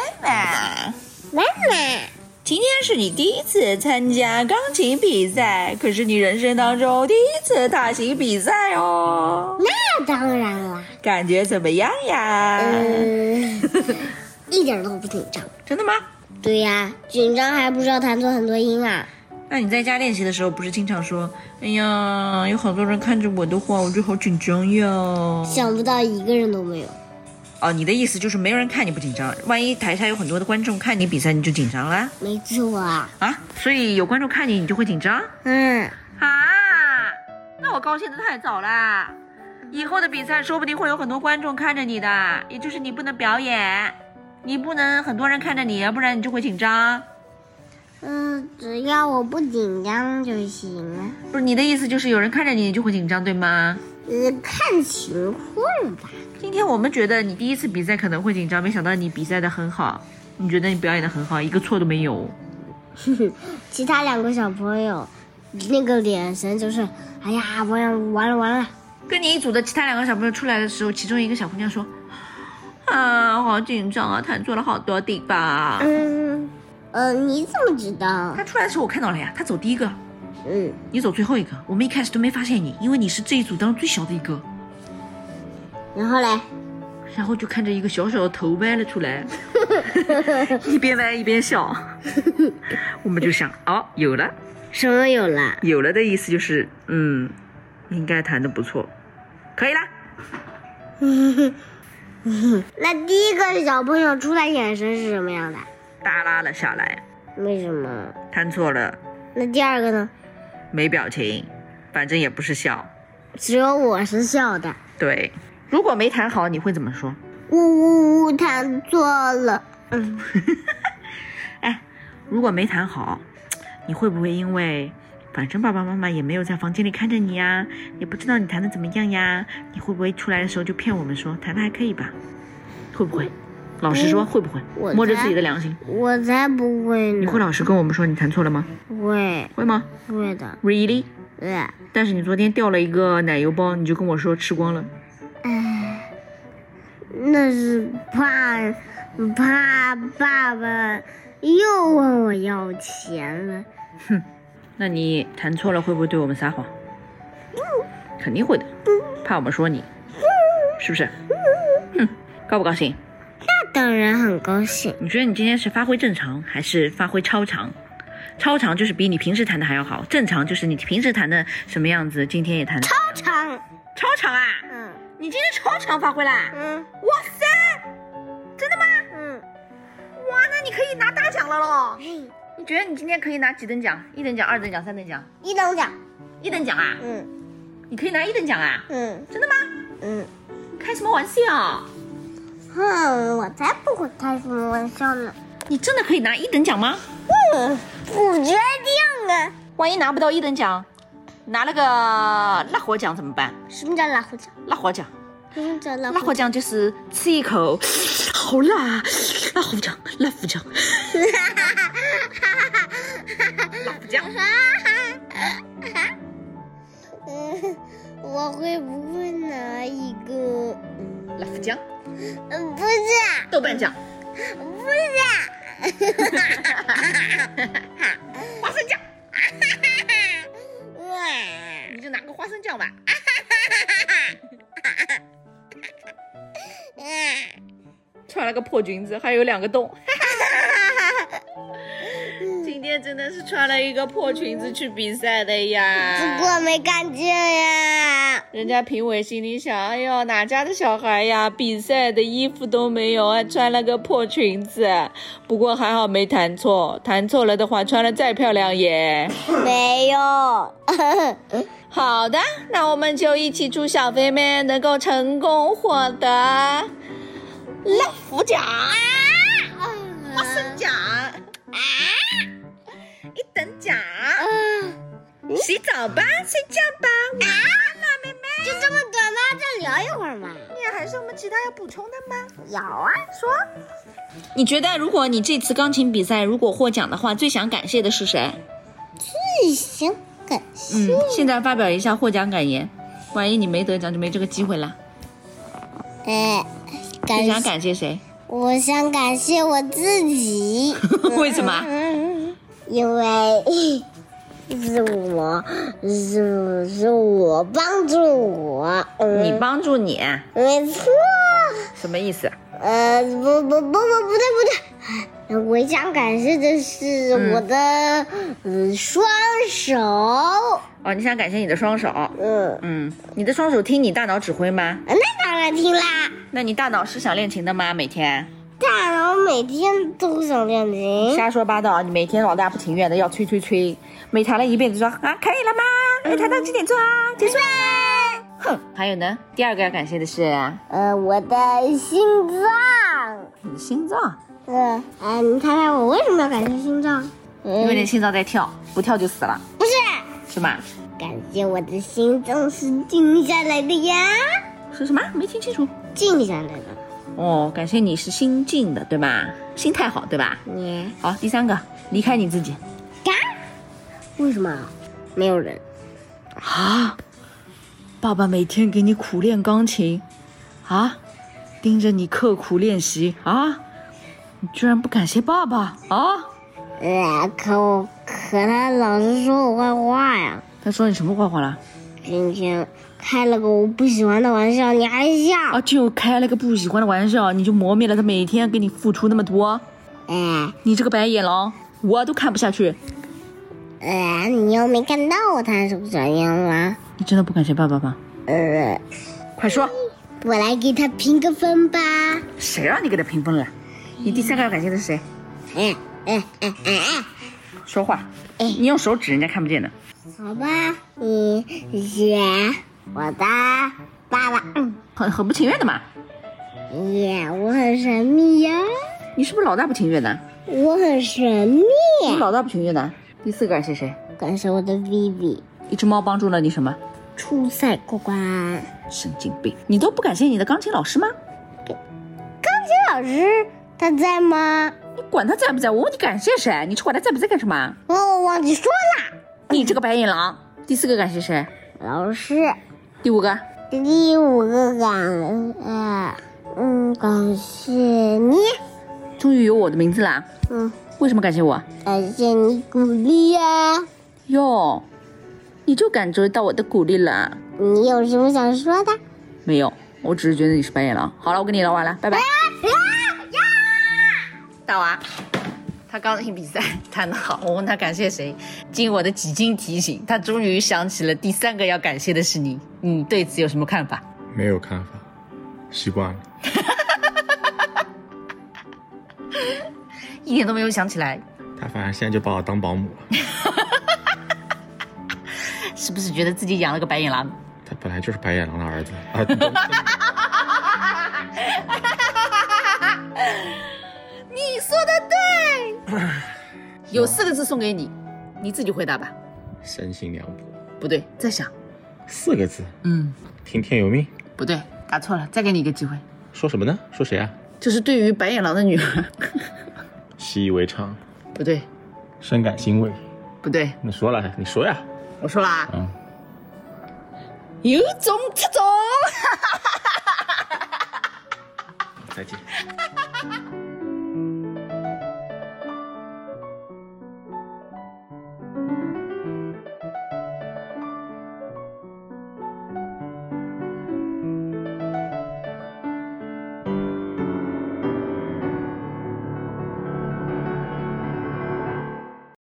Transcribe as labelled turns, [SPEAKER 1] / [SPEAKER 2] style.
[SPEAKER 1] 妈，
[SPEAKER 2] 妈妈，
[SPEAKER 1] 今天是你第一次参加钢琴比赛，可是你人生当中第一次大型比赛哦，
[SPEAKER 2] 那当然啦，
[SPEAKER 1] 感觉怎么样
[SPEAKER 2] 啊
[SPEAKER 1] 呀？
[SPEAKER 2] 嗯，一点都不紧张。
[SPEAKER 1] 真的吗？
[SPEAKER 2] 对呀、紧张还不知道弹错很多音啊。
[SPEAKER 1] 那你在家练习的时候，不是经常说，哎呀，有好多人看着我的话，我就好紧张呀？
[SPEAKER 2] 想不到一个人都没有。
[SPEAKER 1] 哦，你的意思就是没有人看你不紧张，万一台下有很多的观众看你比赛，你就紧张啦
[SPEAKER 2] 没错啊，
[SPEAKER 1] 啊？所以有观众看你，你就会紧张
[SPEAKER 2] 嗯，
[SPEAKER 1] 啊？那我高兴的太早啦！以后的比赛说不定会有很多观众看着你的，也就是你不能表演，你不能很多人看着你，不然你就会紧张。
[SPEAKER 2] 嗯，只要我不紧张就行了。
[SPEAKER 1] 不是你的意思就是有人看着你，你就会紧张，对吗？
[SPEAKER 2] 嗯，看情况吧。
[SPEAKER 1] 今天我们觉得你第一次比赛可能会紧张，没想到你比赛的很好，你觉得你表演的很好，一个错都没有。
[SPEAKER 2] 其他两个小朋友，那个眼神就是，哎呀，完了完了完了，
[SPEAKER 1] 跟你一组的其他两个小朋友出来的时候，其中一个小姑娘说：“啊，好紧张啊，弹错了好多地方。
[SPEAKER 2] 嗯，呃，你怎么知道？
[SPEAKER 1] 她出来的时候我看到了呀，她走第一个，
[SPEAKER 2] 嗯，
[SPEAKER 1] 你走最后一个。我们一开始都没发现你，因为你是这一组当中最小的一个。
[SPEAKER 2] 然后嘞，
[SPEAKER 1] 然后就看着一个小小的头歪了出来， 一边歪一边笑。 我们就想，哦，有了。
[SPEAKER 2] 什么有了？
[SPEAKER 1] 有了的意思就是，嗯，应该弹的不错，可以啦。
[SPEAKER 2] 那第一个小朋友出来眼神是什么样的？
[SPEAKER 1] 耷拉了下来，
[SPEAKER 2] 为什么？
[SPEAKER 1] 弹错了，
[SPEAKER 2] 那第二个呢？
[SPEAKER 1] 没表情，反正也不是笑。
[SPEAKER 2] 只有我是笑的。
[SPEAKER 1] 对，如果没弹好，你会怎么说？
[SPEAKER 2] 呜呜呜，弹错了。嗯，
[SPEAKER 1] 哎，如果没弹好，你会不会因为，反正爸爸妈妈也没有在房间里看着你呀，也不知道你弹的怎么样呀，你会不会出来的时候就骗我们说弹的还可以吧？会不会？老实说，
[SPEAKER 2] 嗯
[SPEAKER 1] 会不会
[SPEAKER 2] 我？
[SPEAKER 1] 摸着
[SPEAKER 2] 才
[SPEAKER 1] 自己的良心，
[SPEAKER 2] 我才不会
[SPEAKER 1] 你
[SPEAKER 2] 呢
[SPEAKER 1] 会。老实跟我们说你弹错了吗？
[SPEAKER 2] 会
[SPEAKER 1] 会吗
[SPEAKER 2] 会的，呃
[SPEAKER 1] ？Really？
[SPEAKER 2] 对。
[SPEAKER 1] 但是你昨天掉了一个奶油包，你就跟我说吃光了。
[SPEAKER 2] 唉，那是怕怕爸爸又问我要钱了。
[SPEAKER 1] 那你弹错了会不会对我们撒谎？
[SPEAKER 2] 嗯
[SPEAKER 1] 肯定会的，怕我们说你，是不是？哼，高不高兴？
[SPEAKER 2] 那当然很高兴。
[SPEAKER 1] 你觉得你今天是发挥正常还是发挥超常？超常就是比你平时弹的还要好，正常就是你平时弹的什么样子，今天也弹的
[SPEAKER 2] 超长，
[SPEAKER 1] 超常啊！
[SPEAKER 2] 嗯
[SPEAKER 1] 你今天超常发挥啦！
[SPEAKER 2] 嗯
[SPEAKER 1] 哇塞，真的吗？
[SPEAKER 2] 嗯，
[SPEAKER 1] 哇，那你可以拿大奖了喽！
[SPEAKER 2] 嘿，
[SPEAKER 1] 你觉得你今天可以拿几等奖？一等奖、二等奖、三等奖？
[SPEAKER 2] 一等奖，
[SPEAKER 1] 一等奖啊？
[SPEAKER 2] 嗯
[SPEAKER 1] 你可以拿一等奖啊？
[SPEAKER 2] 嗯
[SPEAKER 1] 真的吗？
[SPEAKER 2] 嗯，
[SPEAKER 1] 开什么玩笑？
[SPEAKER 2] 哼，我才不会开什么玩笑呢。
[SPEAKER 1] 你真的可以拿一等奖吗？
[SPEAKER 2] 嗯，不决定啊。
[SPEAKER 1] 万一拿不到一等奖，拿了个辣火奖怎么办？
[SPEAKER 2] 什么叫辣胡椒？
[SPEAKER 1] 辣火奖，
[SPEAKER 2] 什么叫辣
[SPEAKER 1] 辣
[SPEAKER 2] 胡
[SPEAKER 1] 火
[SPEAKER 2] 椒？
[SPEAKER 1] 奖就是吃一口，好辣，辣火酱，辣火酱，辣火酱。
[SPEAKER 2] 嗯，我会不会拿一个？嗯
[SPEAKER 1] 辣酱，
[SPEAKER 2] 嗯，不是，
[SPEAKER 1] 豆瓣酱，
[SPEAKER 2] 不是，
[SPEAKER 1] 花生酱，
[SPEAKER 2] 哇！
[SPEAKER 1] 你就拿个花生酱吧。
[SPEAKER 2] 啊
[SPEAKER 1] 穿了个破裙子，还有两个洞。 今天真的是穿了一个破裙子去比赛的呀。
[SPEAKER 2] 不过没干净呀。
[SPEAKER 1] 人家评委心里想：哎呦，哪家的小孩呀，比赛的衣服都没有，还穿了个破裙子。不过还好没弹错，弹错了的话，穿了再漂亮也。
[SPEAKER 2] 没有。
[SPEAKER 1] 好的，那我们就一起祝小飞妹能够成功获得乐福奖、嗯花生啊奖、啊一等奖。洗澡吧，睡觉吧，晚安了，妹妹。
[SPEAKER 2] 就这么短吗？再聊一会儿嘛。
[SPEAKER 1] 你啊还是有什么其他要补充的吗？
[SPEAKER 2] 有啊，说。
[SPEAKER 1] 你觉得，如果你这次钢琴比赛如果获奖的话，最想感谢的是谁？
[SPEAKER 2] 最想感谢。
[SPEAKER 1] 嗯，现在发表一下获奖感言。万一你没得奖，就没这个机会了。
[SPEAKER 2] 哎，
[SPEAKER 1] 最
[SPEAKER 2] 感
[SPEAKER 1] 想
[SPEAKER 2] 谢
[SPEAKER 1] 感谢谁？
[SPEAKER 2] 我想感谢我自己，
[SPEAKER 1] 为什么？
[SPEAKER 2] 因为是我是是我帮助我，嗯，
[SPEAKER 1] 你帮助你
[SPEAKER 2] 没错，
[SPEAKER 1] 什么意思？
[SPEAKER 2] 呃，不不不不不对不对，我想感谢的是我的、嗯双手，
[SPEAKER 1] 哦，你想感谢你的双手。
[SPEAKER 2] 嗯，
[SPEAKER 1] 嗯，你的双手听你大脑指挥吗？
[SPEAKER 2] 那当然听啦。
[SPEAKER 1] 那你大脑是想练琴的吗？每天
[SPEAKER 2] 大脑每天都想练琴，
[SPEAKER 1] 瞎说八道，你每天老大不情愿的要催催催，每弹了一遍就说啊可以了吗？哎，弹到几点钟啊？结束啦！哼，还有呢，第二个要感谢的是
[SPEAKER 2] 呃，我的心脏，
[SPEAKER 1] 你的心脏，
[SPEAKER 2] 嗯，哎，你猜猜我为什么要感谢心脏？
[SPEAKER 1] 因
[SPEAKER 2] 嗯，
[SPEAKER 1] 为你心脏在跳，不跳就死了，
[SPEAKER 2] 不是，
[SPEAKER 1] 是吗？
[SPEAKER 2] 感谢我的心脏是静下来的呀，
[SPEAKER 1] 是什么？没听清楚。
[SPEAKER 2] 静下来的。
[SPEAKER 1] 哦，感谢你是心静的，对吧？心态好，对吧？
[SPEAKER 2] 你
[SPEAKER 1] 好，第三个，离开你自己
[SPEAKER 2] 干？为什么？没有人。
[SPEAKER 1] 啊！爸爸每天给你苦练钢琴啊，盯着你刻苦练习啊，你居然不感谢爸爸啊？
[SPEAKER 2] 呃，可我可他老是说我坏话呀。
[SPEAKER 1] 他说你什么坏话了？
[SPEAKER 2] 今天开了个我不喜欢的玩笑，你还笑？
[SPEAKER 1] 啊，就开了个不喜欢的玩笑，你就磨灭了他每天给你付出那么多，
[SPEAKER 2] 哎、
[SPEAKER 1] 你这个白眼狼，我都看不下去。
[SPEAKER 2] 呃，你又没看到他是怎样啦？
[SPEAKER 1] 你真的不感谢爸爸吗？
[SPEAKER 2] 呃，
[SPEAKER 1] 快说，
[SPEAKER 2] 我来给他评个分吧。
[SPEAKER 1] 谁让你给他评分了？你第三个要感谢的是谁？
[SPEAKER 2] 哎哎哎哎哎，
[SPEAKER 1] 说话，
[SPEAKER 2] 哎
[SPEAKER 1] 你用手指，人家看不见的。
[SPEAKER 2] 好吧，你写我的爸爸，嗯
[SPEAKER 1] 很很不情愿的嘛。
[SPEAKER 2] 耶，我很神秘呀，
[SPEAKER 1] 你是不是老大不情愿的？
[SPEAKER 2] 我很神秘。
[SPEAKER 1] 你是不是老大不情愿的。哎第四个感谢谁？
[SPEAKER 2] 感谢我的 Vivi
[SPEAKER 1] 一只猫帮助了你什么？
[SPEAKER 2] 初赛过关。
[SPEAKER 1] 神经病！你都不感谢你的钢琴老师吗？
[SPEAKER 2] 老师他在吗？
[SPEAKER 1] 你管他在不在？我问你感谢谁？你去管他在不在干什么？
[SPEAKER 2] 哦，我忘记说了。
[SPEAKER 1] 你这个白眼狼！第四个感谢谁？
[SPEAKER 2] 老师，
[SPEAKER 1] 第五个，
[SPEAKER 2] 第五个感，呃，嗯，感谢你，
[SPEAKER 1] 终于有我的名字啦！
[SPEAKER 2] 嗯，
[SPEAKER 1] 为什么感谢我？
[SPEAKER 2] 感谢你鼓励呀、
[SPEAKER 1] 哟，你就感觉到我的鼓励了？
[SPEAKER 2] 你有什么想说的？啊
[SPEAKER 1] 没有，我只是觉得你是白眼狼。好了，我跟你聊完了，拜拜。大娃，啊他钢琴比赛弹得好，我问他感谢谁，经我的几经提醒，他终于想起了第三个要感谢的是你。你对此有什么看法？
[SPEAKER 3] 没有看法，习惯了。
[SPEAKER 1] 一点都没有想起来，
[SPEAKER 3] 他反正现在就把我当保姆了，
[SPEAKER 1] 是不是觉得自己养了个白眼狼？
[SPEAKER 3] 他本来就是白眼狼的儿子啊！ 你懂
[SPEAKER 1] 你说的对， 有四个字送给你，你自己回答吧。
[SPEAKER 3] 身心凉薄，
[SPEAKER 1] 不对，再想，
[SPEAKER 3] 四个字，
[SPEAKER 1] 嗯，
[SPEAKER 3] 听天由命。
[SPEAKER 1] 不对，答错了，再给你一个机会，
[SPEAKER 3] 说什么呢？说谁啊？
[SPEAKER 1] 就是对于白眼狼的女儿，
[SPEAKER 3] 习以为常，
[SPEAKER 1] 不对，
[SPEAKER 3] 深感欣慰。
[SPEAKER 1] 不对，
[SPEAKER 3] 你说了，你说呀。
[SPEAKER 1] 我说了啊，
[SPEAKER 3] 嗯，
[SPEAKER 1] 有种特种。
[SPEAKER 3] 再见。